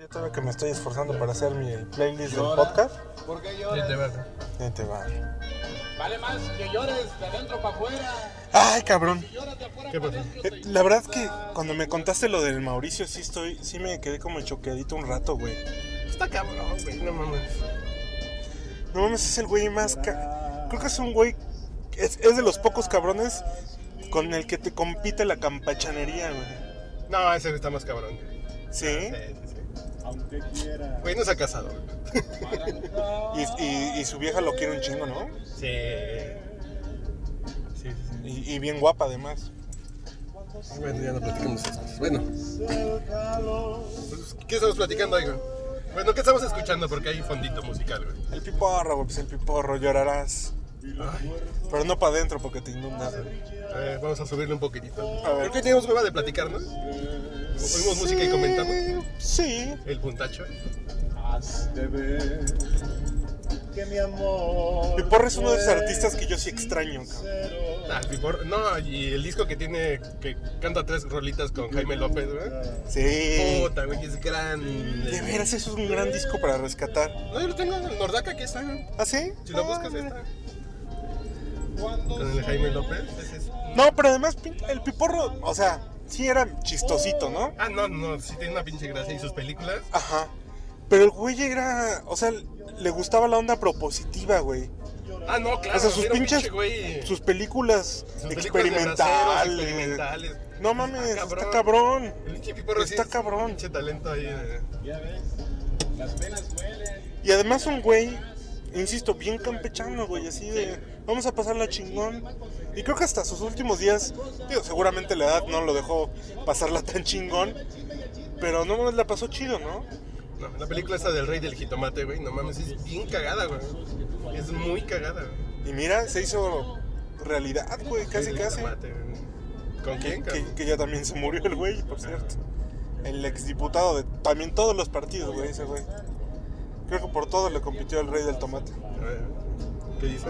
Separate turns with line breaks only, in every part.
yo todavía que me estoy esforzando para hacer mi playlist del podcast.
¿Por qué lloras?
De verdad.
Ya te va.
Vale más que llores de adentro para afuera.
Ay, cabrón.
Si lloras de afuera
¿Qué
para
pasó?
adentro.
Eh, La verdad es que cuando me contaste lo del Mauricio, sí estoy, sí me quedé como choqueadito un rato, güey.
Está cabrón, güey, no mames.
No mames, es el güey más. ca- Creo que es un güey. Es, es de los pocos cabrones con el que te compite la campachanería, güey.
No, ese güey está más cabrón. güey.
Sí.
Sí, sí, sí. Güey, no se ha casado. güey.
Y, y- y su vieja lo quiere un chingo, ¿no?
Sí. Sí, sí, sí.
Y, y bien guapa, además.
Bueno, ya no platicamos esas cosas. Bueno. Pues, ¿Qué estamos platicando ahí, güey? Bueno, ¿qué estamos escuchando? Porque hay fondito musical, güey.
El piporro, güey, pues el piporro, llorarás. Pero no para adentro porque te inunda. güey.
A ver, eh, vamos a subirle un poquitito.
A ver.
Creo que tenemos hueva de platicar, ¿no? Oímos música y comentamos.
Sí.
El puntacho.
Hazte ver que mi amor.
Piporro es uno de esos artistas que yo sí extraño, cabrón.
Ah, el Bibor- No, y el disco que tiene, que canta tres rolitas con Jaime López, güey.
Sí.
Puta, güey, es grande.
De veras, eso es un gran disco para rescatar.
No, yo lo tengo en el Nordaca, aquí está, güey.
¿Ah, sí?
Si lo buscas, ahí está. Con el Jaime López. ese es-
No, pero además pin- el piporro, o sea, sí era chistosito, ¿no?
Ah, no, no, sí tiene una pinche gracia. Y sus películas.
Ajá. Pero el güey era, o sea, le gustaba la onda propositiva, güey.
Ah, no, claro.
O sea, sus
era un
pinches,
pinche güey.
sus películas
sus películas de braceros,
experimentales.
experimentales.
No mames,
Está cabrón.
está cabrón.
El pinche Piporro sí
Está
es un
cabrón.
Pinche talento ahí. eh.
Ya ves, las penas duelen.
Y además un güey, insisto, bien campechano, güey, así de, vamos a pasarla chingón. Y creo que hasta sus últimos días, digo, seguramente la edad no lo dejó pasarla tan chingón, pero no mames, la pasó chido, ¿no?
No, la película esta del rey del jitomate, güey, no mames, es bien cagada, güey. Es muy cagada, güey.
Y mira, se hizo realidad, güey, casi
Rey del
casi.
jitomate, güey. ¿Con quién,
Que,
cabrón?
que ya también se murió el güey, por cierto. El exdiputado de también todos los partidos, güey, ese güey. Creo que por todo le compitió el rey del tomate.
A ver, ¿Qué dice?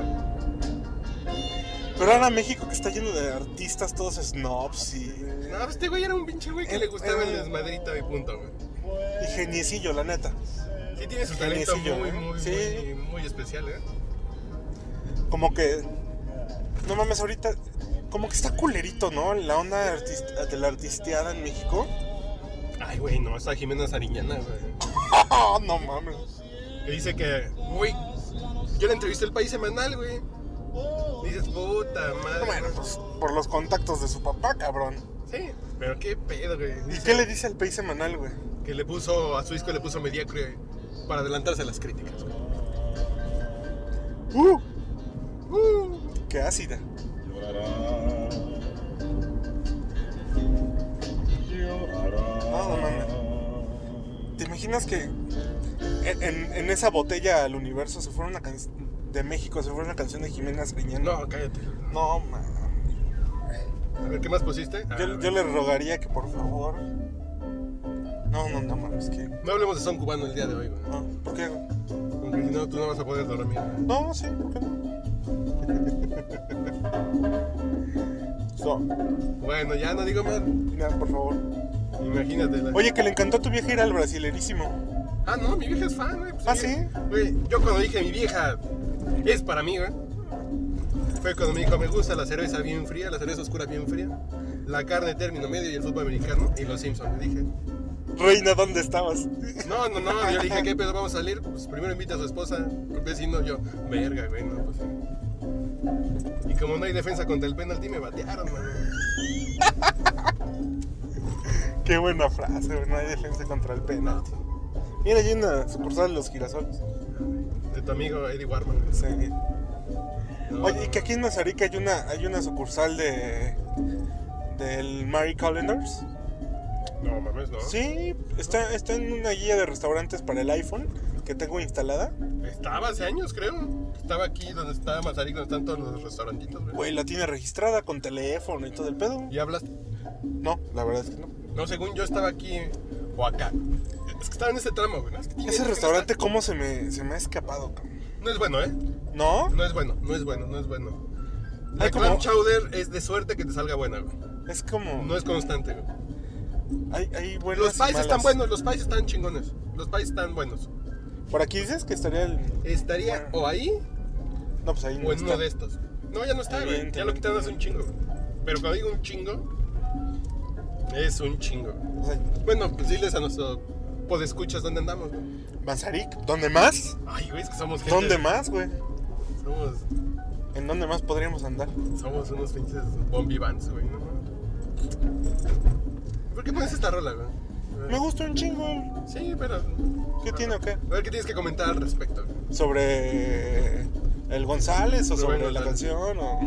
Pero ahora México que está lleno de artistas, todos snobs y,
No, este güey era un pinche güey que le gustaba el desmadrito y punto, güey.
y geniecillo, la neta.
Sí tiene su talento
Geniecillo,
muy,
¿eh?
muy,
Sí.
muy, muy especial, ¿eh?
Como que. No mames, ahorita. Como que está culerito, ¿no? La onda artista- de la artisteada en México.
Ay, güey, no, está Jimena Sariñana, güey.
Ah, no mames.
que dice que, güey, yo la entrevisté el país semanal, güey. Dices, puta madre.
Bueno, pues por los contactos de su papá, cabrón.
Sí, pero qué pedo, güey.
¿Y qué le dice al país semanal, güey?
que le puso a su disco le puso mediocre para adelantarse a las críticas. güey.
¡Uh!
Uh.
¡Qué ácida!
Llorarás. Llorarás.
No, no mames. ¿Te imaginas que en, en- en esa botella al universo se fuera una canción de México, se fuera una canción de Jimena Sariñana?
No, cállate.
No, mames.
A ver, ¿qué más pusiste? A
Yo,
ver.
yo le rogaría que por favor. No, no, no mames, que.
No hablemos de son cubano el día de hoy, güey.
No, ¿por qué?
Porque si no, tú no vas a poder dormir. güey.
No, sí, ¿por qué no? So,
Bueno, ya no digo más.
mira, por favor.
Imagínate. la-
Oye, que le encantó a tu vieja ir al brasilerísimo.
Ah, no, mi vieja es fan, güey. pues,
¿Ah,
mi-
sí?
Güey, yo cuando dije mi vieja es para mí, güey. Fue cuando me dijo, me gusta la cerveza bien fría, la cerveza oscura bien fría, la carne término medio y el fútbol americano y los Simpsons. Le dije,
Reina, ¿dónde estabas?
No, no, no, yo le dije, ¿qué pedo vamos a salir? Pues primero invita a su esposa, vecino yo, verga, güey, no, pues. Y como no hay defensa contra el penalti, me batearon, mano.
Qué buena frase, güey, no hay defensa contra el penalti. Mira, hay una sucursal de los girasoles.
De tu amigo Eddie Warman. güey.
Sí.
No,
Oye, y que aquí en Mazarica hay una, hay una sucursal de. del Mary Calendars.
No, mames, no.
Sí, está, está en una guía de restaurantes para el iPhone que tengo instalada.
Estaba hace años, creo. Estaba aquí donde estaba Mazarik, donde están todos los restaurantitos, güey.
Güey, la tiene registrada con teléfono y todo el pedo.
¿Y hablas?
No, la verdad es que no.
No, según yo estaba aquí o acá. Es que estaba en ese tramo, güey. ¿no? Es que tiene-
Ese restaurante, ¿cómo se me, se me ha escapado? cabrón?
No es bueno, ¿eh?
¿No?
No es bueno, no es bueno, no es bueno.
Hay
La
como-
clam chowder es de suerte que te salga buena, güey.
Es como...
No es constante, güey.
Hay, hay buenas
Los
y
países están
malas.
buenos, los países están chingones. Los países están buenos.
Por aquí dices que estaría el.
Estaría o ahí
No, pues ahí no
o en
Ah. está.
uno de estos. No, ya no está, güey. Ya lo quitaron hace un chingo. güey. Pero cuando digo un chingo, es un chingo.
O sea,
Bueno, pues diles a nuestro podescuchas dónde andamos. güey.
Mazarik, ¿dónde más?
Ay, güey, es que somos gente.
¿Dónde más, güey?
Somos,
¿En dónde más podríamos andar?
somos unos pinches bombi vans, güey. ¿no? ¿Por qué pones esta rola, güey?
Me gusta un chingo.
Sí, pero.
¿Qué tiene o qué?
A ver, ¿qué tienes que comentar al respecto? güey?
¿Sobre el González o
Rubén
sobre la
González.
canción? O...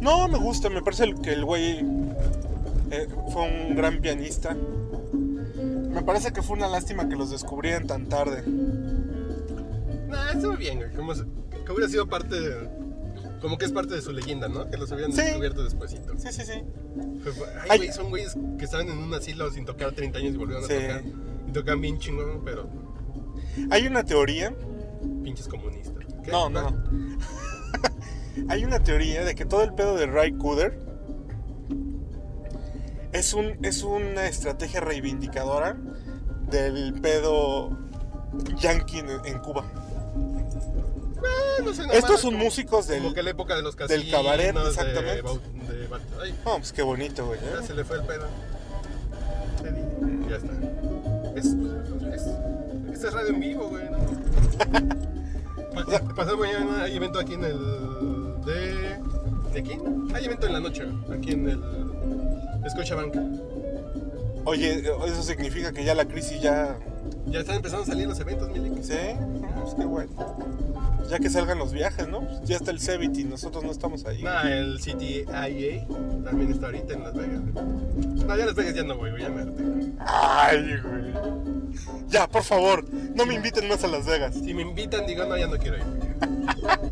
No, me gusta, me parece el- que el güey eh, fue un gran pianista. Me parece que fue una lástima que los descubrieran tan tarde.
Nah, estuvo bien, güey. Como, se- que hubiera sido parte de. Como que es parte de su leyenda, ¿no? Que los hubieran
Sí.
descubierto despuesito.
Sí, sí, sí.
Fue- fue- Ay,
Ay.
güey, son güeyes que estaban en un asilo sin tocar 30 años y volvieron
Sí.
a tocar. Y tocan bien chingón, pero
Hay una teoría
pinches comunistas. ¿Qué?
No, no. no. Hay una teoría de que todo el pedo de Ray Cooder es, un, es una estrategia reivindicadora del pedo yankee en, en Cuba.
Eh, no sé, nada
Estos
más,
son
como-
músicos del...
Como que la época de los
del
casinos.
cabaret,
de
exactamente.
bau- de ba- Ay,
No, pues qué bonito, güey. ¿eh?
ya se le fue el pedo. Te dije, Ya está. Es, es, esta es radio en vivo, güey. ¿no? Pa- Pasado mañana hay evento aquí en el... De... ¿De quién? Hay evento en la noche, aquí en el... Escochabank.
Oye, eso significa que ya la crisis ya...
Ya están empezando a salir los eventos, Milik.
¿Sí? No, pues qué bueno. Ya que salgan los viajes, ¿no? Pues ya está el Cebit y nosotros no estamos ahí.
Nah, Ah, el CTIA también está ahorita en Las Vegas. No, ya en Las Vegas ya no voy, güey, ya me harté.
Ay, güey. Ya, por favor, no me inviten más a Las Vegas.
Si me invitan, digo, no, ya no quiero ir.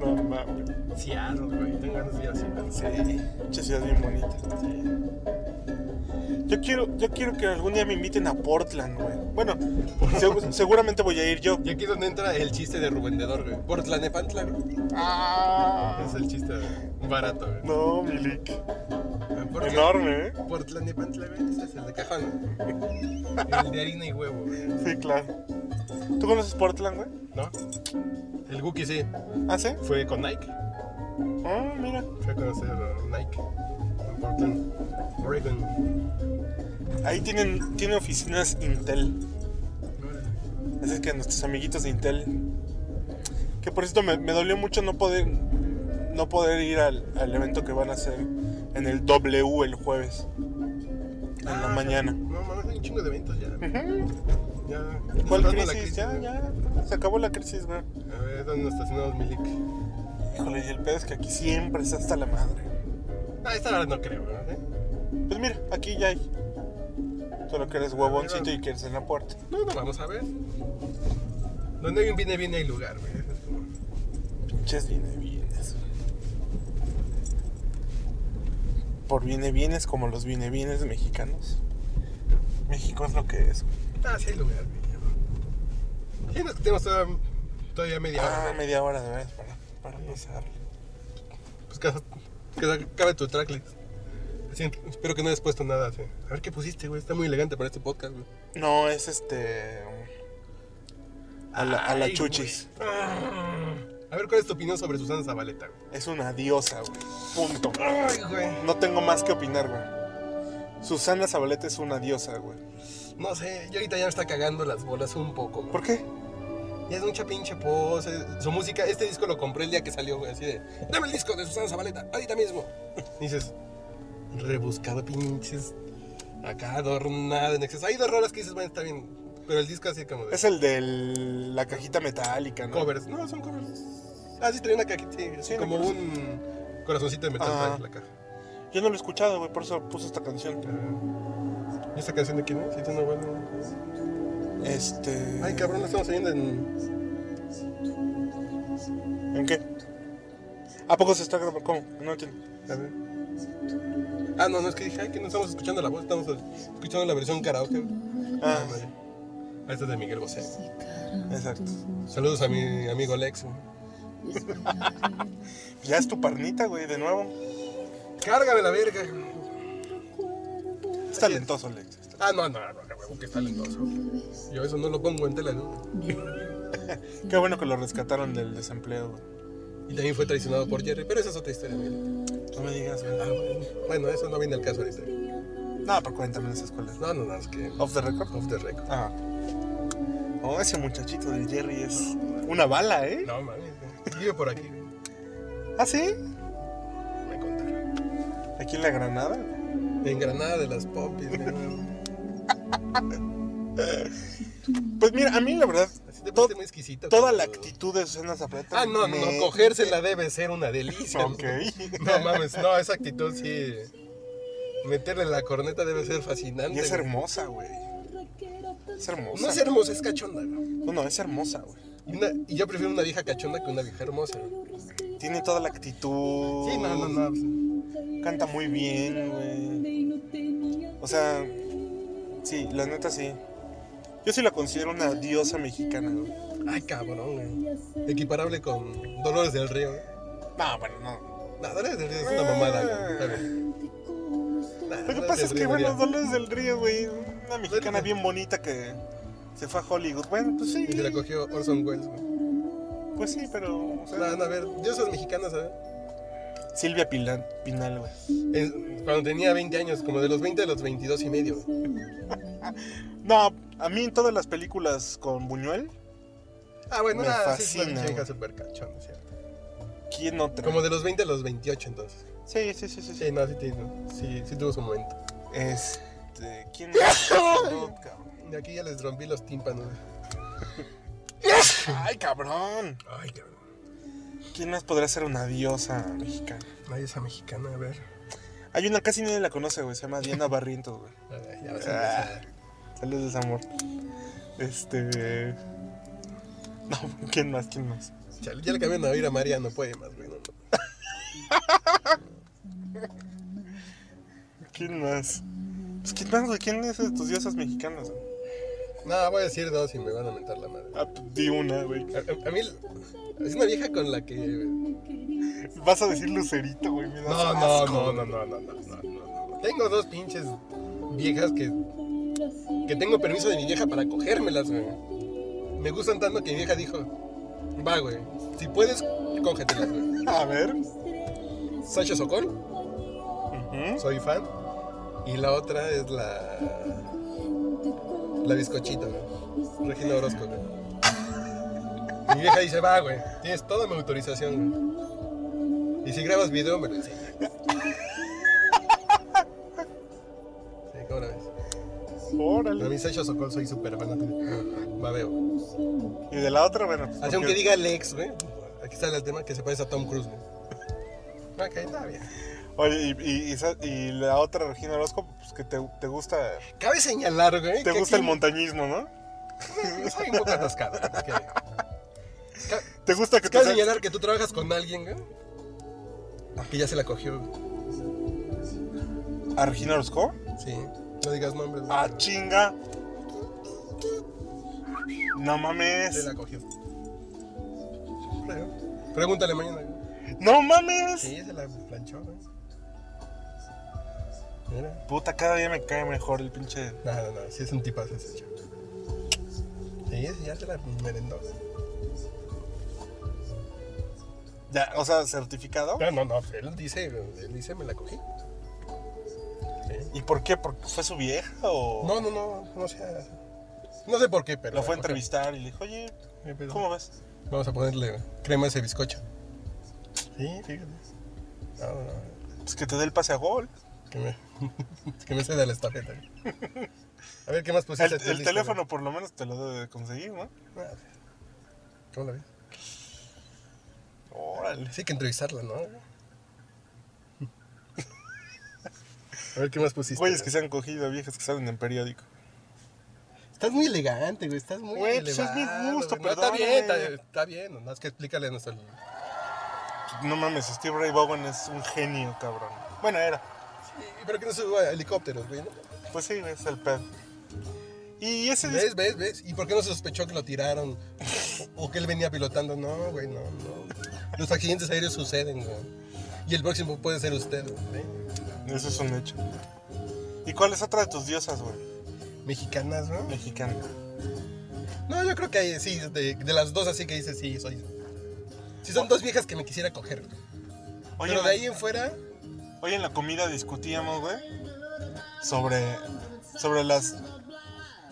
No mames.
Seattle, güey, tengo ganas de ir a Seattle.
Sí, mucha ciudad bien bonita. Yo quiero, yo quiero que algún día me inviten a Portland, güey. Bueno, segu- seguramente voy a ir yo.
Y aquí es donde entra el chiste de Rubendedor, güey. Por Tlanepantla, güey. Es el chiste barato, güey.
No, Milik.
Por,
Enorme, ¿eh?
por Tlanepantla, güey, ese es el de cajón. El de harina y huevo, güey.
Sí, claro. ¿Tú conoces Portland, güey?
¿No? El Guki sí.
¿Ah, sí?
Fue con Nike.
Ah, mira.
Fue a conocer a Nike. En Portland, Oregon.
Ahí tienen, tiene oficinas Intel. Así es que nuestros amiguitos de Intel. Que por cierto me, me dolió mucho no poder no poder ir al, al evento que van a hacer en el W el jueves. En la
Ah,
mañana.
No, mames, hay un chingo de eventos ya.
Ujú.
ya
¿Cuál
cerrando la
crisis? ya,
güey.
ya. Se acabó la crisis, güey.
A ver, ¿dónde nos estacionamos, Milik?
Híjole, y el pedo es que aquí siempre está hasta la madre.
Ah, esta hora no creo, ¿verdad?
Pues mira, aquí ya hay. Solo que eres huevoncito y quieres en la puerta.
No, no, vamos a ver. Donde hay un viene, viene hay lugar, güey. Es como-
Pinches viene bienes. Por viene bienes como los viene bienes mexicanos. México es lo que es. güey.
Ah, sí hay lugar, güey. Sí, nos tenemos todavía, todavía media hora.
Ah,
güey.
media hora de vez para, para pasar.
Pues que, que acabe tu tracklist. Sí, espero que no hayas puesto nada. sí. A ver qué pusiste, güey. Está muy elegante para este podcast, güey.
No, es este. A la, a la
Ay,
chuchis.
güey. Ah. A ver, ¿cuál es tu opinión sobre Susana Zabaleta, güey?
Es una diosa, güey. Punto.
Ay, güey.
No tengo más que opinar, güey. Susana Zabaleta es una diosa, güey.
No sé, yo ahorita ya me está cagando las bolas un poco, güey.
¿Por qué?
Y es mucha pinche pose. Su música, este disco lo compré el día que salió, güey. Así de, dame el disco de Susana Zabaleta, ahorita mismo. Y dices, rebuscado pinches. Acá adornado en exceso. Hay dos rolas que dices, bueno, está bien. Pero el disco así como de
Es el de la cajita metálica, ¿no?
covers. No, son covers. Ah, sí, trae una cajita. sí,
Sí,
como
una cosa.
un corazoncito de metal
Ah.
en la caja.
Yo no lo he escuchado, güey, por eso puse esta canción.
Ah. ¿Y esta canción de quién es? Sí, tiene una buena-
Este.
Ay, cabrón, la estamos oyendo en.
¿En qué? ¿A poco se está grabando? ¿Cómo? No entiendo.
A ver. Ah, no, no, es que dije, ay, que no estamos escuchando la voz, estamos escuchando la versión karaoke.
Ah,
Ah, Esta es de Miguel Bosé.
exacto.
Saludos a mi amigo Lex.
Ya es tu parnita, güey, de nuevo.
Cárgame la verga.
Es talentoso, Lex. es talentoso.
Ah, no, no, no, huevo, que es talentoso. Yo eso no lo pongo en tela, ¿no?
Qué bueno que lo rescataron del desempleo. güey.
Y también fue traicionado por Jerry, pero esa es otra historia, mira.
No me digas, güey.
Ah, bueno. Bueno, eso no viene al caso ahorita.
No, pero cuéntame esa escuela.
No, no, no, es que.
¿Off the record?
Off the record.
Ah. Oh, ese muchachito de Jerry es una bala, ¿eh?
No, mames. Vive por aquí.
¿Ah, sí?
Me contaron.
Aquí en la Granada.
En Granada de las Popis, güey.
Pues mira, a mí la verdad,
Así te
to-
pusiste muy exquisito.
toda
pero-
la actitud de Susana Zapata.
Ah, no, no,
me-
cogérsela debe ser una delicia.
Ok.
No mames, no, esa actitud sí. Meterle la corneta debe ser fascinante.
Y es
güey.
hermosa, güey. Es hermosa.
No es hermosa, es cachonda. güey.
No, no, es hermosa, güey.
Y, una- y yo prefiero una vieja cachonda que una vieja hermosa. güey.
Tiene toda la actitud.
Sí, no, no, no. pues,
Canta muy bien, güey. O sea, sí, la neta sí. Yo sí la considero una diosa mexicana, güey.
pues, Ay, cabrón, güey. Equiparable con Dolores del Río. güey.
No, bueno, no.
No, Dolores del Río es una mamada, güey. Está bien. Nah,
Eh. Lo que
Dolores
pasa
del
es que,
Río
bueno,
diría,
Dolores del Río, güey, una
pues.
mexicana bien bonita que se fue a Hollywood. Bueno, pues sí.
Y se la cogió Orson Welles, güey.
Pues sí, pero. o sea,
No, no, a ver, yo soy mexicana, ¿sabes?
Silvia Pilan- Pinal, güey.
En- cuando tenía 20 años, como de los 20 a los 22 y medio. güey.
No, a mí en todas las películas con Buñuel,
Ah, bueno,
Me
nada, sí, es una
fascina,
vieja
güey.
súper cachonda, ¿cierto?
¿quién otra?
Como de los 20 a los 28, entonces.
Sí, sí, sí, sí. sí.
Sí, no, sí, te- sí, sí tuvo su momento.
Este, ¿quién No, cabrón.
De aquí ya les rompí los tímpanos. güey.
Ay, cabrón.
Ay, cabrón.
¿Quién más podrá ser una diosa mexicana?
Nadie esa mexicana, a ver.
Hay una casi nadie la conoce, güey. Se llama Diana Barrientos, güey.
Ay, ya vas a
Ah.
empezar.
Saludos, amor. Este. No, ¿quién más? ¿Quién más?
Chale, ya le cambiaron a oír a María, no puede más, güey. no, no.
¿Quién más? Pues, ¿quién más, güey? ¿Quién es de tus diosas mexicanas? güey?
No, voy a decir dos y me van a mentar la madre.
Ah, pues, di una, güey.
A, a- a mí es una vieja con la que... No,
Vas a decir Lucerito, güey. me das
no,
asco,
no,
güey.
no, no, no, no, no, no. Tengo dos pinches viejas que... Que tengo permiso de mi vieja para cogérmelas, güey. Me gustan tanto que mi vieja dijo... Va, güey. Si puedes, cógetelas, güey.
A ver.
Sasha Sokol.
Ujú.
soy fan. Y la otra es la. La bizcochito, güey. Regina Orozco, güey. Mi vieja dice, va, güey, tienes toda mi autorización, güey. Y si grabas video, me lo enseñas. Sí, ¿cómo la ves? A
Órale.
mí Sasha Sokol soy súper fan. Babeo.
Y de la otra, bueno. pues,
Así aunque
porque-
diga Lex, güey. Aquí sale el tema que se parece a Tom Cruise, güey. Ok, está bien.
Oye, y, y- y esa- y la otra Regina Orozco, pues que te, te gusta.
Cabe señalar, güey.
Te
que
gusta el
aquí-
montañismo, ¿no?
Soy un poco atascado. ¿no? Que- Ca-
Te gusta que te
Cabe
sea-
señalar que tú trabajas con alguien, güey. Que ya se la cogió. güey.
¿A Regina Orozco?
Sí. No digas nombres. güey.
¡Ah, chinga! No
Se
mames.
la cogió. Creo. Pregúntale mañana. güey.
¡No mames!
Sí, se la planchó, güey. Mira.
Puta, cada día me cae mejor el pinche.
No, no, no. Sí es un tipazo ese chavo. Sí, ese ya se la merendó. güey.
Ya, o sea, certificado.
No, no, no. Él dice, güey, él dice, me la cogí. Sí.
¿Y por qué? ¿Porque fue su vieja o.?
No, no, no. No sea... No sé por qué, pero...
Lo fue a
la cogió.
entrevistar y le dijo, oye,
¿Qué pedo?
¿cómo ves?
Vamos a ponerle crema a ese bizcocho. Sí, fíjate. No, no, no,
Pues que te dé el pase a gol.
Que me, que me ceda la estafeta. A ver, ¿qué más pusiste?
El,
en tu
el
lista,
teléfono, por lo menos, te lo debe de conseguir, ¿no?
güey? Ah, ¿Cómo la ves?
Órale.
Sí, hay que entrevistarla, ¿no? A ver, ¿qué más pusiste?
Güeyes que se han cogido, viejas que salen en periódico.
Estás muy elegante, güey. Estás muy
Güey, pues, es mi
elevado,
gusto,
güey. No, está
perdóname.
bien, está, está bien. Nada más que explícale a nuestro... Sí,
No mames, Steve Ray Vaughan es un genio, cabrón. Bueno, era.
pero que no suba a helicópteros, güey. ¿no?
Pues sí, es el pedo. Y ese disco,
¿Ves, ves, ves? ¿Y por qué no se sospechó que lo tiraron? ¿O que él venía pilotando? No, güey, no, no. Los accidentes aéreos suceden, güey. Y el próximo puede ser usted, güey.
eso es un hecho. ¿Y cuál es otra de tus diosas, güey?
Mexicanas, ¿no?
Mexicana.
No, yo creo que hay, sí, de, de las dos así que dices, sí, soy. Sí, son dos viejas que me quisiera coger.
Oye,
Pero de
güey,
ahí en fuera,
hoy en la comida discutíamos, güey, sobre, sobre las...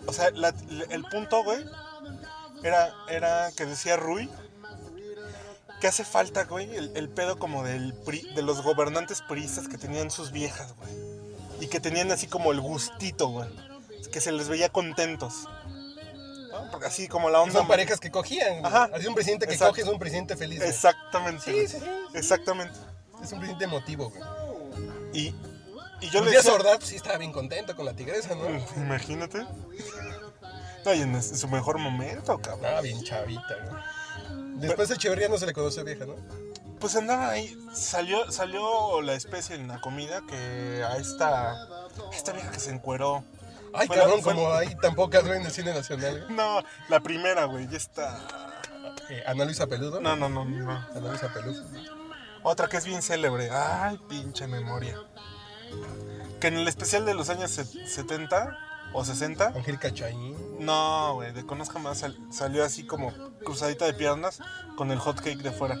O sea, la- el punto, güey, era, era que decía Rui que hace falta, güey, el, el pedo como del PRI- de los gobernantes priistas que tenían sus viejas, güey. Y que tenían así como el gustito, güey. Que se les veía contentos. ¿no? Porque así como la
que
onda...
son parejas que cogían.
Ajá.
Así un presidente que
Exacto.
coge es un presidente feliz. güey.
Exactamente.
Sí,
güey.
sí, sí.
Exactamente.
Es un presidente emotivo, güey.
Y, y yo le
Díaz
decía... Mm.
Ordaz pues, sí estaba bien contento con la tigresa, ¿no?
Imagínate. No, y en es- su mejor momento, cabrón.
Ah, bien chavita, güey. Después de Echeverría no se le conoció vieja, ¿no?
Pues andaba ahí. Salió, salió la especie en la comida que a esta. a esta vieja que se encueró.
Ay,
Fue la-
cabrón,
fue-
como hay tan pocas güey, en el cine nacional. güey.
No, la primera, güey. Ya está.
Eh, Ana Luisa Peludo.
No, no, no, no.
Ana Luisa Peludo.
Otra que es bien célebre. Ay, pinche memoria. Que en el especial de los años set- 70 o 60.
Angélica Chaín.
No, güey, de Conozca Más sal- salió así como cruzadita de piernas con el hot cake de fuera.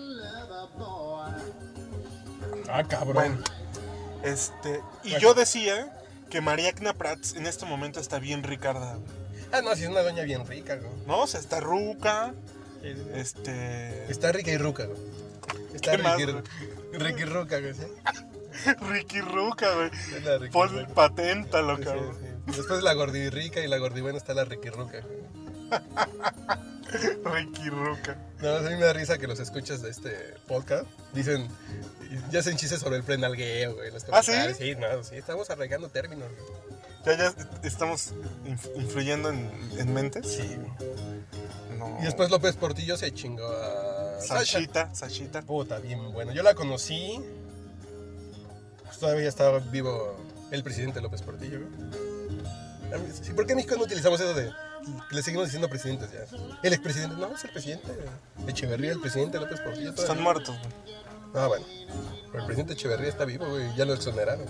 Ah, cabrón.
Bueno, este. Y
Bueno.
yo decía que Mariagna Prats en este momento está bien Ricarda. güey.
Ah, no, sí, es una doña bien rica, güey.
¿No? O sea, está ruca. Este.
Está rica y ruca, güey. Está
¿Qué más,
rica y
güey?
rica y ruca, güey. sí.
Ricky Ruca, güey.
Es la rica y
Pon,
ruca.
paténtalo,
Sí,
cabrón.
sí. Después de la gordirrica y la gordibuena está la riquirruca. güey.
Ricky Ruca.
No, a mí me da risa que los escuchas de este podcast. Dicen, ya hacen chistes sobre el frenalgueo, güey. en los
¿Ah, sí?
comentarios. Sí, no, sí, estamos arreglando términos. güey.
Ya, ya estamos inf- influyendo en, en mentes. No.
Y después López Portillo se chingó a Sasha.
Sashita, Sashita.
Puta, bien bueno. Yo la conocí. Pues todavía estaba vivo el presidente López Portillo. güey. A mí- sí, ¿Por qué en México no utilizamos eso de.? Le seguimos diciendo presidentes ya. El expresidente. No, es el presidente. Echeverría, el presidente López Portillo. todavía.
Están muertos, güey.
Ah, bueno. Pero el presidente Echeverría está vivo, güey. Ya lo exoneraron.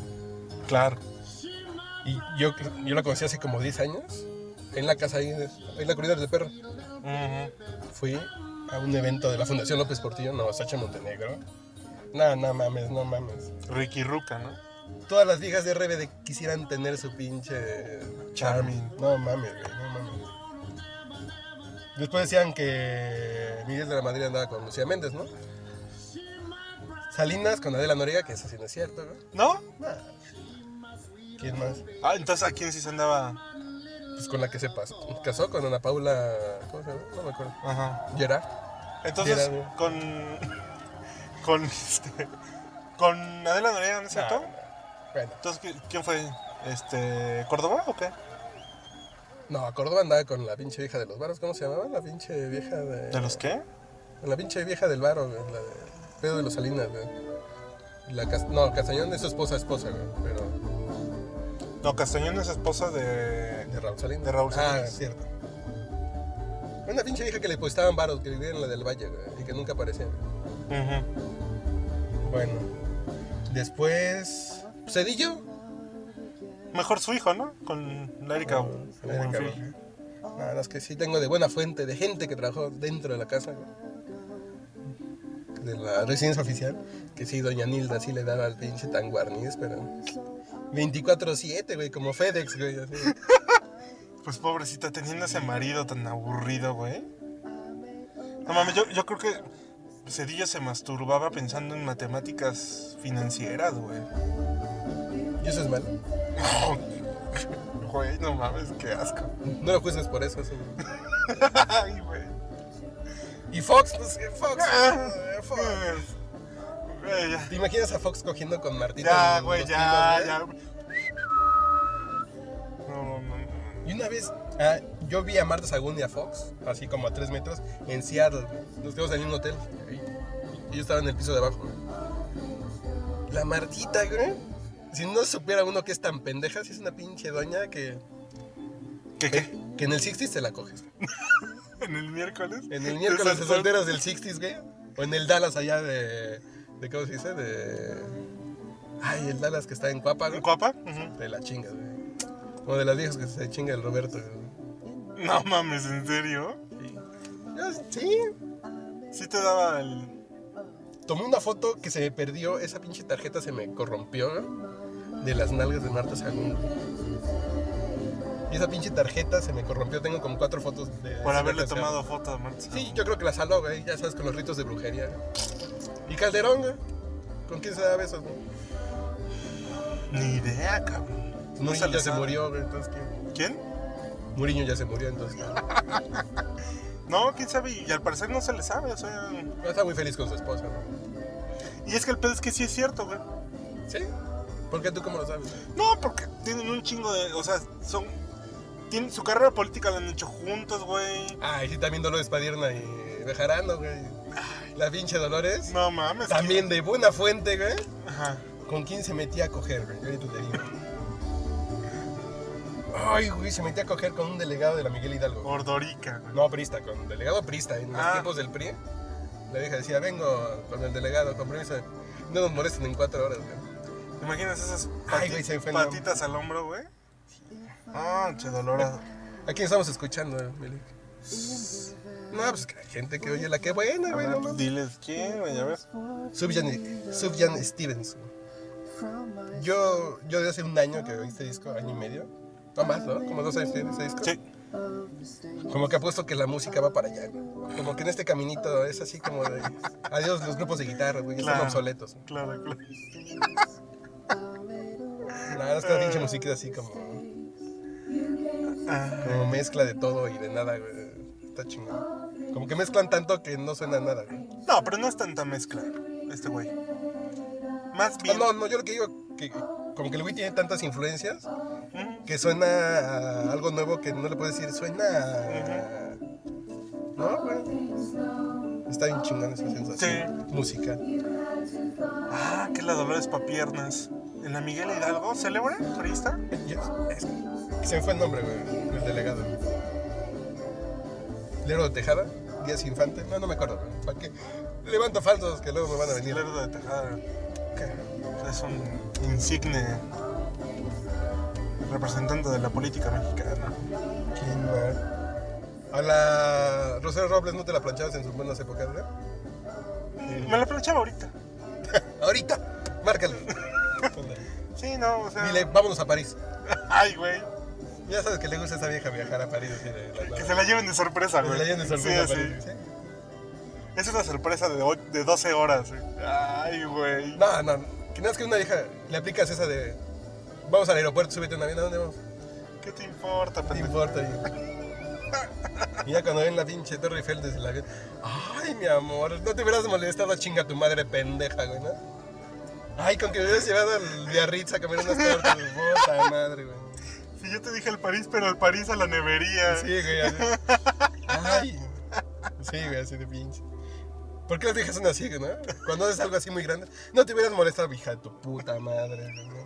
Claro.
Y yo, yo la conocí hace como 10 años. En la casa ahí, de- ahí en la corrida del perro.
Ujú.
Fui a un evento de la Fundación López Portillo. No, Sacha Montenegro. No, no mames, no mames.
Ricky Ruca, ¿no?
Todas las viejas de RBD quisieran tener su pinche Charming. No mames, güey, no mames. Después decían que Miguel de la Madrid andaba con Lucía Méndez, ¿no? Salinas con Adela Noriega, que eso sí no es cierto, ¿no?
¿No?
Nah. ¿Quién más?
Ah, entonces a quién sí se andaba.
Pues con la que se pasó. Casó con Ana Paula. ¿Cómo se llama? No me acuerdo.
Ajá.
Gerard.
Entonces,
Era, güey.
con. Con este. Con Adela Noriega, ¿no es cierto?
No, no. Bueno,
Entonces, ¿qui- ¿quién fue? Este. ¿Córdoba o qué?
no, Córdoba andaba con la pinche vieja de los varos. ¿Cómo se llamaba? La pinche vieja de.
¿De los qué?
La pinche vieja del baro, güey. La de Pedro de los Salinas, güey. La Cas- no, Castañón es su esposa, esposa, güey. Pero
No, Castañón es esposa de.
de Raúl Salinas.
De Raúl
Ah,
Salinas.
es cierto. Una pinche vieja que le postaban varos, que vivía en la del Valle, güey. Y que nunca aparecía, güey.
Ujú.
Bueno. Después. Cedillo.
Mejor su hijo, ¿no? Con la Erika.
Era
Buenfil.
cabrón. Nada más que sí tengo de buena fuente, de gente que trabajó dentro de la casa, güey. de la residencia oficial, que sí, doña Nilda sí le daba al pinche tan guarniz, pero 24-7, güey, como FedEx, güey. así.
Pues pobrecita, teniendo ese marido tan aburrido, güey. No mames, yo, yo creo que Cedillo se masturbaba pensando en matemáticas financieras, güey.
Y eso es malo.
Güey, no mames, qué asco.
No lo juzgues por eso, sí.
Ay, güey.
Y Fox, pues, eh, Fox.
Ah.
eh, Fox.
pues. Güey, ya.
¿Te imaginas a Fox cogiendo con Martín?
Ya,
en
güey,
los
ya,
tiros,
ya.
güey?
No, no, no, no.
Y una vez, ah, yo vi a Marta Sagún y a Fox, así como a tres metros, en Seattle. güey. Nos quedamos en un hotel. Y, y yo estaba en el piso de abajo. güey. La Martita, güey. Si no supiera uno que es tan pendeja, si es una pinche doña que,
¿Qué, qué?
que en el 60s te la coges. güey.
¿En el miércoles?
En el miércoles de
Exacto.
solteros del 60s, güey. O en el Dallas allá de. de ¿Cómo se dice? De. Ay, el Dallas que está en Cuapa, güey.
¿En Cuapa? Ujú.
Te la chingas, güey. Como de las viejas que se chinga el Roberto. güey.
No mames, ¿en serio?
Ya, Sí.
Sí te daba el...
Tomé una foto que se me perdió, esa pinche tarjeta se me corrompió de las nalgas de Marta Sagún. Y esa pinche tarjeta se me corrompió, tengo como cuatro fotos de...
Por
esa
haberle
Marta
tomado foto a Marta.
Sagún. Sí, yo creo que la saló, güey, ya sabes, con los ritos de brujería. Y Calderón, güey, ¿con quién se da besos, güey?
Ni idea, cabrón. No
Muriño ya se
Salazar.
murió, güey, entonces ¿qué?
¿Quién?
Muriño ya se murió, entonces... ¿qué?
No, quién sabe. Y al parecer no se le sabe, o sea...
Está muy feliz con su esposa, ¿no?
Y es que el pedo es que sí es cierto, güey.
¿Sí? ¿Por qué tú cómo lo sabes?
No, porque tienen un chingo de... O sea, son... Tienen, su carrera política la han hecho juntos, güey.
Ay, sí, también Dolores Padierna y Bejarano, güey. La pinche Dolores.
No mames.
También de buena fuente, güey.
que- Ajá.
¿Con quién se metía a coger, güey? Yo ahorita te digo. Ay, güey, se metía a coger con un delegado de la Miguel Hidalgo.
Ordorica, güey.
No, Prista, con un delegado Prista. En los
Ah.
tiempos del PRI, la vieja decía, vengo con el delegado, compromiso. No nos molesten en cuatro horas, güey.
¿Te imaginas esas
Ay,
pati-
güey, se me fue el nombre.
patitas al hombro, güey? Ah, che dolora.
¿A quién estamos escuchando, eh, Milik? No, pues que hay gente que oye la que buena, güey, no mames.
Diles quién, güey, a ver.
Subjan, Subjan Stevens. Yo, yo de hace un año que oí este disco, año y medio. No más, ¿no? Como dos años tiene este disco.
Sí.
Como que apuesto que la música va para allá. güey. Como que en este caminito es así como de. Adiós, los grupos de guitarra, güey.
Claro.
Están obsoletos.
Claro, claro.
Nada, esta pinche música así como.
Ah,
Como mezcla de todo y de nada, güey. Está chingón. Como que mezclan tanto que no suena a nada, güey.
No, pero no es tanta mezcla, este güey. Más
Ah,
bien.
no, no, yo lo que digo que. Como que el güey tiene tantas influencias
Ujú.
que suena a algo nuevo que no le puedes decir, suena a... No, güey. Está bien chingón esa sensación musical.
Ah, que la Dolores Papiernas. ¿En la Miguel Hidalgo? ¿Célebre? ¿Turista?
Y es- es- se me fue el nombre, güey, el delegado. Lero de Tejada, Díaz Infante, no, no me acuerdo, güey. ¿Para qué? Levanto falsos que luego me van a venir.
Lerdo de Tejada. Es un insigne representante de la política mexicana.
¿Quién más? A la Rosario Robles no te la planchabas en sus buenas épocas, güey.
Me la planchaba ahorita.
Ahorita, márcale.
Sí, no, o sea.
Dile, vámonos a París.
Ay, güey.
Ya sabes que le gusta a esa vieja viajar a París. así de la- la-
Que se la lleven de sorpresa,
que
güey.
se la lleven de sorpresa
Sí,
a
sí.
París, ¿sí?
Es una sorpresa de, o- de 12 horas. güey. Ay, güey.
No, no. Que nada es que una vieja le aplicas esa de. Vamos al aeropuerto, súbete a un avión, ¿a dónde vamos?
¿Qué te importa,
No te
pendejo?
importa. Y, y ya cuando ven la pinche Torre Eiffel desde el avión. Ay, mi amor, no te hubieras molestado, chinga tu madre pendeja, güey, ¿no? Ay, con que me hubieras llevado al Biarritz a comer unas tortas, puta madre, güey.
Si yo te dije el París, pero el París a la nevería.
Sí, güey, así. Ay. Sí, güey, así de pinche. ¿Por qué las viejas son así, güey, no? Cuando haces algo así muy grande, no te hubieras molestado, hija de tu puta madre. güey, No,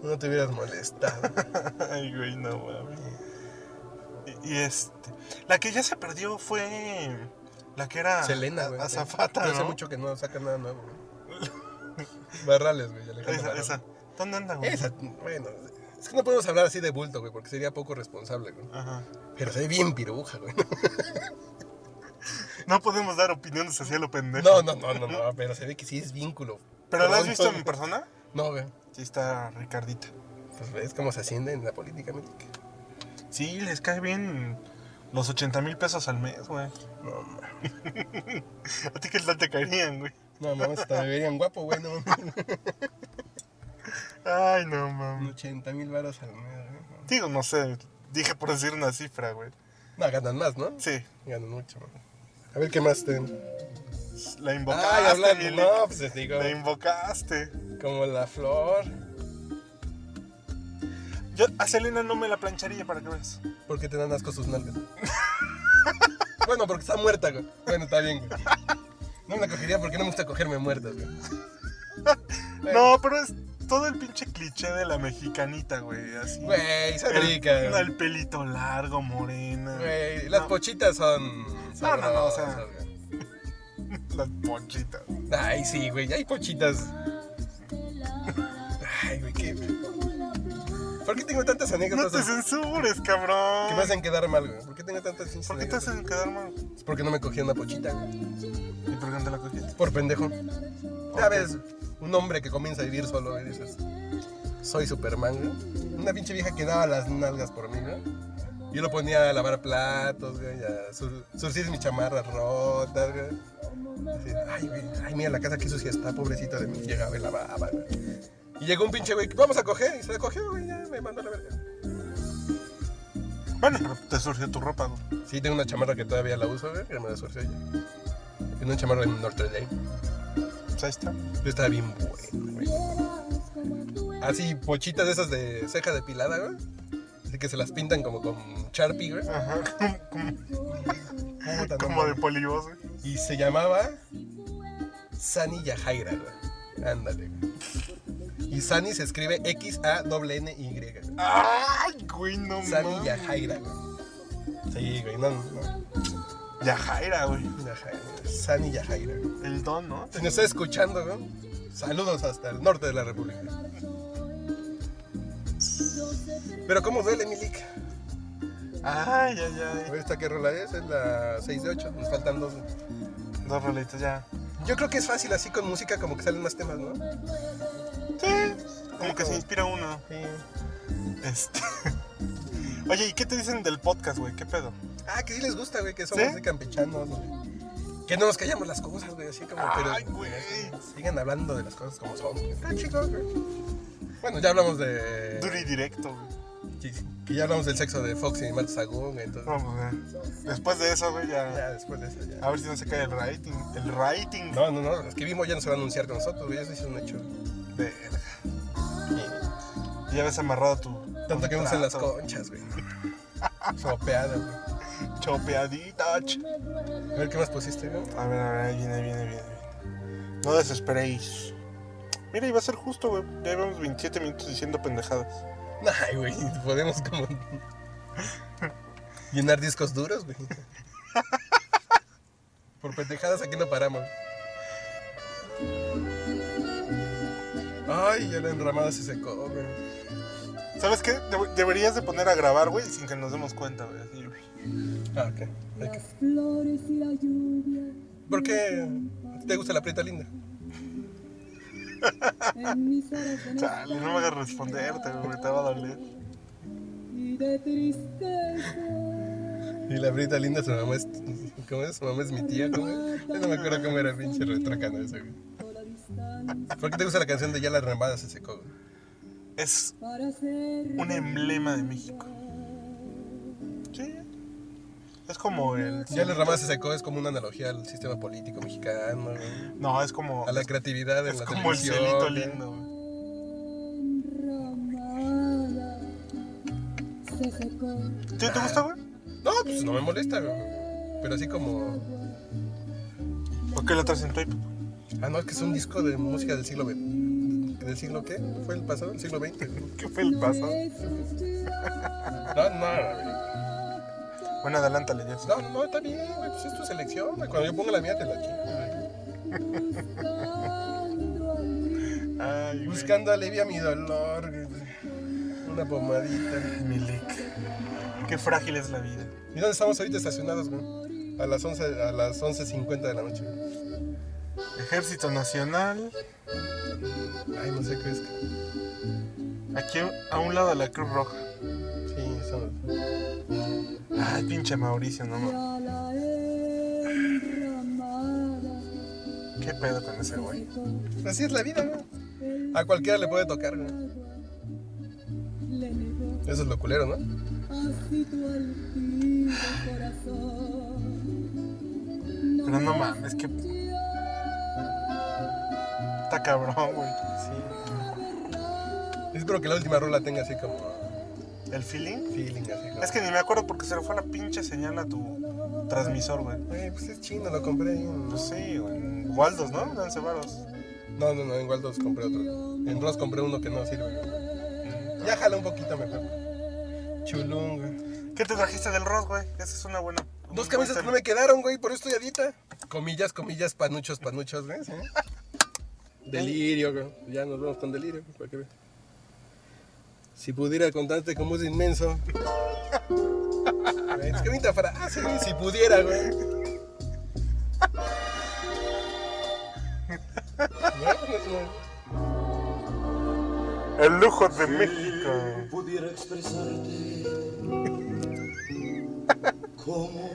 no, no te hubieras molestado.
Ay, güey, no mames. Y, y este. La que ya se perdió fue. La que era.
Selena, güey.
Azafata,
Hace
¿no?
mucho que no saca nada nuevo, güey. Barrales, güey, Alejandra
Esa,
Barrales.
esa. ¿Dónde anda, güey?
Esa, bueno. Es que no podemos hablar así de bulto, güey, porque sería poco responsable, güey.
Ajá.
Pero se ve bien piruja, güey.
No podemos dar opiniones hacia lo pendejo.
No, no, no, no, no, pero se ve que sí es vínculo.
¿Pero la has
Pronto,
visto en
güey.
persona?
No, güey.
Sí, está Ricardita.
Pues ves cómo se asciende en la política mexicana.
Sí, les cae bien los 80 mil pesos al mes, güey.
No, mames.
A ti que tal te caerían, güey.
No, mames, hasta me verían guapo, güey. No, mames.
Ay, no mames.
80 mil varos al mes, güey.
Digo, no sé. Dije por decir una cifra, güey.
No, ganan más, ¿no?
Sí,
Ganan mucho, güey. A ver qué más te.
la invocaste.
Ay, hablando.
Mili.
No, pues les digo.
La invocaste.
Como la flor.
Yo a Selena no me la plancharía para que veas.
¿Por qué te dan asco sus nalgas? bueno, porque está muerta, güey. Bueno, está bien, güey. No me la cogería porque no me gusta cogerme muertas, güey.
No, pero es todo el pinche cliché de la mexicanita, güey. Así.
Güey, son
El-
ricas.
El, pelito largo, morena.
Güey, las
No,
pochitas son.
No, no, no, o sea-
sabrosas, güey.
Las ponchitas.
Ay, sí, güey, hay pochitas. Ay, güey, qué. ¿Por qué tengo tantas
No
anécdotas
te censures, cabrón.
que me hacen quedar mal, güey? ¿Por qué tengo tantas pinches
¿Por qué te
anécdotas?
hacen quedar mal?
Es porque no me cogí una pochita, güey.
¿Y por qué no te la cogiste?
Por pendejo. Ya ves, un hombre que comienza a vivir solo y dices, soy Superman, güey. Una pinche vieja que daba las nalgas por mí, güey. Yo lo ponía a lavar platos, güey, a sur- surcir mis chamarras rotas, güey. Así, ay, güey, ay, mira la casa que sucia está, pobrecita de mí. Llegaba y lavaba, güey. Y llegó un pinche güey, vamos a coger, y se la cogió, güey, ya me mandó a la verga.
Bueno, pero te surgió tu ropa, güey.
Sí, tengo una chamarra que todavía la uso, güey, que me la surció ya. Una chamarra de Notre Dame.
Pues ahí está.
Pero Estaba bien bueno, güey. Así, pochitas de esas de ceja depilada, güey. Así que se las pintan como con Sharpie, güey.
Ajá. Como- como-
Puta, no
Como de
mames.
polibos, güey.
Y se llamaba Sani Yajaira, güey. Ándale, güey. Y Sani se escribe X-A-N-N-Y. güey.
Ay, güey, no
Sani
mames.
Yajaira, güey. Sí, güey, no, no.
Yajaira, güey.
Yajaira. Sani Yajaira, güey.
El don, ¿no?
Si nos está escuchando, güey, saludos hasta el norte de la República. Pero cómo duele, Milik.
Ay, ay, ay.
¿Esta qué rola es? Es la 6 de 8. Nos faltan dos.
Dos rolitas ya.
Yo creo que es fácil así con música, como que salen más temas, ¿no?
Sí. Como que se inspira uno.
Sí.
Este. Oye, ¿y qué te dicen del podcast, güey? ¿Qué pedo?
Ah, que sí les gusta, güey, que somos
¿Sí?
de campechanos, güey. Que no nos callamos las cosas, güey, así como.
Ay,
pero,
güey.
Sigan hablando de las cosas como son. güey. Está chido, güey. Bueno, ya hablamos de.
Duro y directo, güey.
Que, que ya hablamos del sexo de Fox y Marta Sagún, güey, entonces.
No, pues, eh, Después de eso, güey, ya.
Ya después de eso, ya.
A ver si no se cae el rating. El rating.
No, no, no, los que vimos ya no se van a anunciar con nosotros, güey, eso sí es un hecho.
Verga.
Y
Y ya ves amarrado tu.
tanto que usan las
contrato.
conchas, güey. Sopeada, güey.
Chopeadita. ch-
A ver qué más pusiste, güey.
A ver, a ver, ahí viene, ahí viene, ahí viene. No desesperéis. Mira, iba a ser justo, güey. Ya llevamos 27 minutos diciendo pendejadas.
Ay, güey, podemos como. llenar discos duros, güey. Por pendejadas aquí no paramos. Ay, ya la enramada se secó, güey.
¿Sabes qué? Deb- deberías de poner a grabar, güey, sin que nos demos cuenta, güey. así, güey.
Ah, ok. ok. ¿Por qué te gusta la prieta linda?
Chale, no me hagas responderte, güey. Te va a doler.
y de tristeza.
Y la frita linda, su mamá es. ¿Cómo es? Su mamá es mi tía, ¿cómo es? Yo no me acuerdo cómo era el pinche retracano ese, güey.
o la distancia
¿Por qué te gusta la canción de Ya la remada se secó, güey?
Es
para ser
un em- emblema de México. Sí. Es como el.
Ya la remada se secó es como una analogía al sistema político mexicano, güey.
No, es como.
A la creatividad en
Es
la
como el
televisión. eh.
cielito
güey.
lindo, güey.
enramada. Se secó
¿Sí,
Ah.
¿Te gusta, güey?
No, pues no me molesta, güey. Pero así como.
¿Por qué la traes en tape?
Ah, no, es que es un disco de música del siglo XX. ¿Del siglo qué? ¿Fue el pasado? ¿El siglo XX? güey.
¿Qué fue el pasado?
esos días.
No, no, güey.
Bueno, adelántale ya.
No, no, no, está bien, güey. Pues es tu selección, güey. Cuando yo ponga la mía, te la chingo, güey.
Ay, güey.
Buscando alivia mi dolor, güey. Una pomadita.
Milik. Qué frágil es la vida.
¿Y dónde estamos ahorita estacionados, güey? A las 11, a las 11.50 de la noche. güey.
Ejército Nacional.
Ay, no sé qué es.
Aquí a un lado de la Cruz Roja.
Sí, estamos.
Ay, pinche Mauricio, no mames.
A la enramada.
¿Qué pedo con ese güey?
Así es la vida, güey. A cualquiera le puede tocar, güey.
Le negó
Eso es lo culero, ¿no?
así tu altivo corazón.
Pero no mames, que. Está cabrón, güey.
Sí. Yo espero que la última rola tenga así como
¿El feeling?
feeling, así como.
Es que ni me acuerdo porque se le fue la pinche señal a tu transmisor, güey.
Güey, pues es chino, lo compré ahí en-
Pues sí, güey. en Waldos, ¿no? Danse varos.
No, no, no, en Waldos compré otro. En Ross compré uno que no sirve. güey. Ya jala un poquito mejor. Chulón, güey.
¿Qué te trajiste del Ross, güey? Esa es una buena.
Dos camisas que no me quedaron, güey, por eso estoy a dieta. Comillas, comillas, panuchos, panuchos, ¿ves? eh? Delirio, güey. Ya nos vemos con delirio, güey, para que veas. Si pudiera contarte cómo es inmenso. Güey, es que bonita frase, güey, si pudiera, güey. Madres, güey.
El lujo de México.
pudiera expresarte como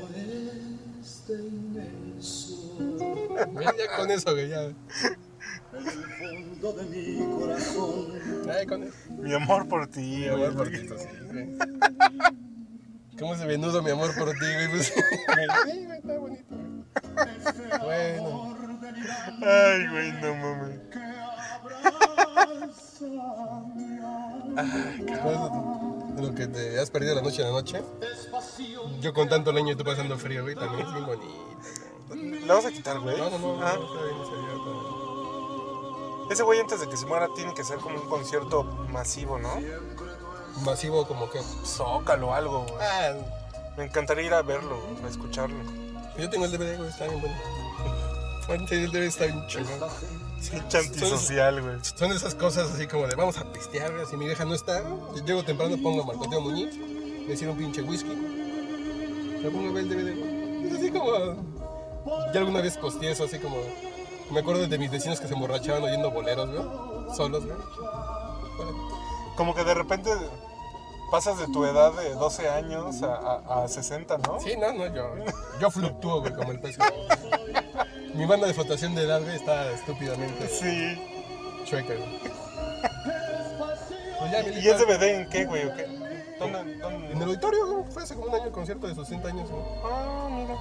este inmenso
Ya, ya con eso, güey, ya.
el fondo de mi corazón
Ya con eso.
Mi amor por ti.
Mi amor por ti, sí, güey. ¿Cómo se venudo mi amor por ti, güey? Pues, güey, sí, güey, está bonito. güey. Bueno.
Ay, güey, no mames.
Después de- de lo que te has perdido la noche en la noche. Yo con tanto leño y tú pasando frío, güey, también es bien bonito.
¿La vas a quitar, güey?
No, no, no,
Ah.
no, está bien, está bien, está bien.
Ese güey antes de que se muera tiene que ser como un concierto masivo, ¿no?
Masivo como que.
Zócalo o algo, güey.
Ah,
Me encantaría ir a verlo, a escucharlo.
yo tengo el DVD, güey, está bien bueno. Bueno, sí, el DVD está bien chingón.
Sí, antisocial, güey.
Son esas cosas así como de vamos a pistear, güey, si mi vieja no está. yo llego temprano, pongo a Marco Teo Muñiz, me sirve un pinche whisky. Me pongo a ver el DVD, güey. Es así como. Ya alguna vez costeé eso, así como. Me acuerdo de mis vecinos que se emborrachaban oyendo boleros, güey. Solos, güey.
Como que de repente pasas de tu edad de 12 años a, a, a 60, ¿no?
Sí, no, no, yo, yo fluctúo, güey, como el pez. güey. Mi banda de flotación de edad, güey, está estúpidamente
Sí.
chueca, güey. Pues ya, mi
¿Y
lista-
es DVD en qué, güey? ¿O qué? ¿Dónde, dónde?
En el auditorio, güey, fue hace como un año el concierto de sus 60 años, güey. Ah, mira.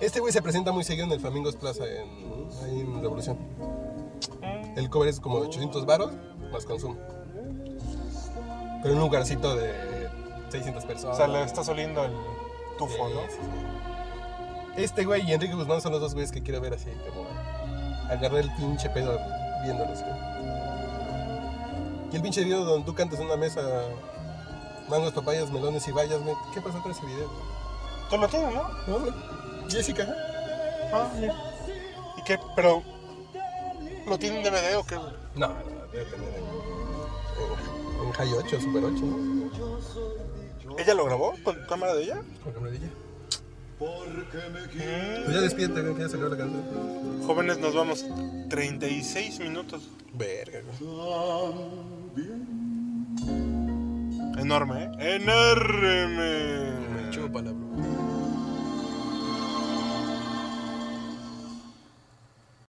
Este güey se presenta muy seguido en el Flamingos Plaza, en, ahí en Revolución. El cover es como 800 varos, más consumo. Pero en un lugarcito de 600
O
personas.
sea, le está oliendo el tufo, ¿no?
Sí, sí, sí. Este güey y Enrique Guzmán son los dos güeyes que quiero ver así, como agarrar el pinche pedo viéndolos, güey. Y el pinche video donde tú cantas en una mesa mangos, papayas, melones y bayas, güey. ¿Qué pasó con ese video?
Tú lo tienes, ¿no?
No, güey. Jessica.
Ah, mira. ¿Y qué? Pero. ¿Lo tiene en DVD o qué, güey?
No, no, debe tener en, en, en High 8, Super 8, ¿no?
¿Ella lo grabó con cámara de ella?
Con camaradilla.
porque me quieres
Pues ya despídete, güey, que ya salió la canción.
Mm. Jóvenes, nos vamos 36 minutos.
Verga, güey.
Enorme, ¿eh? Enorme.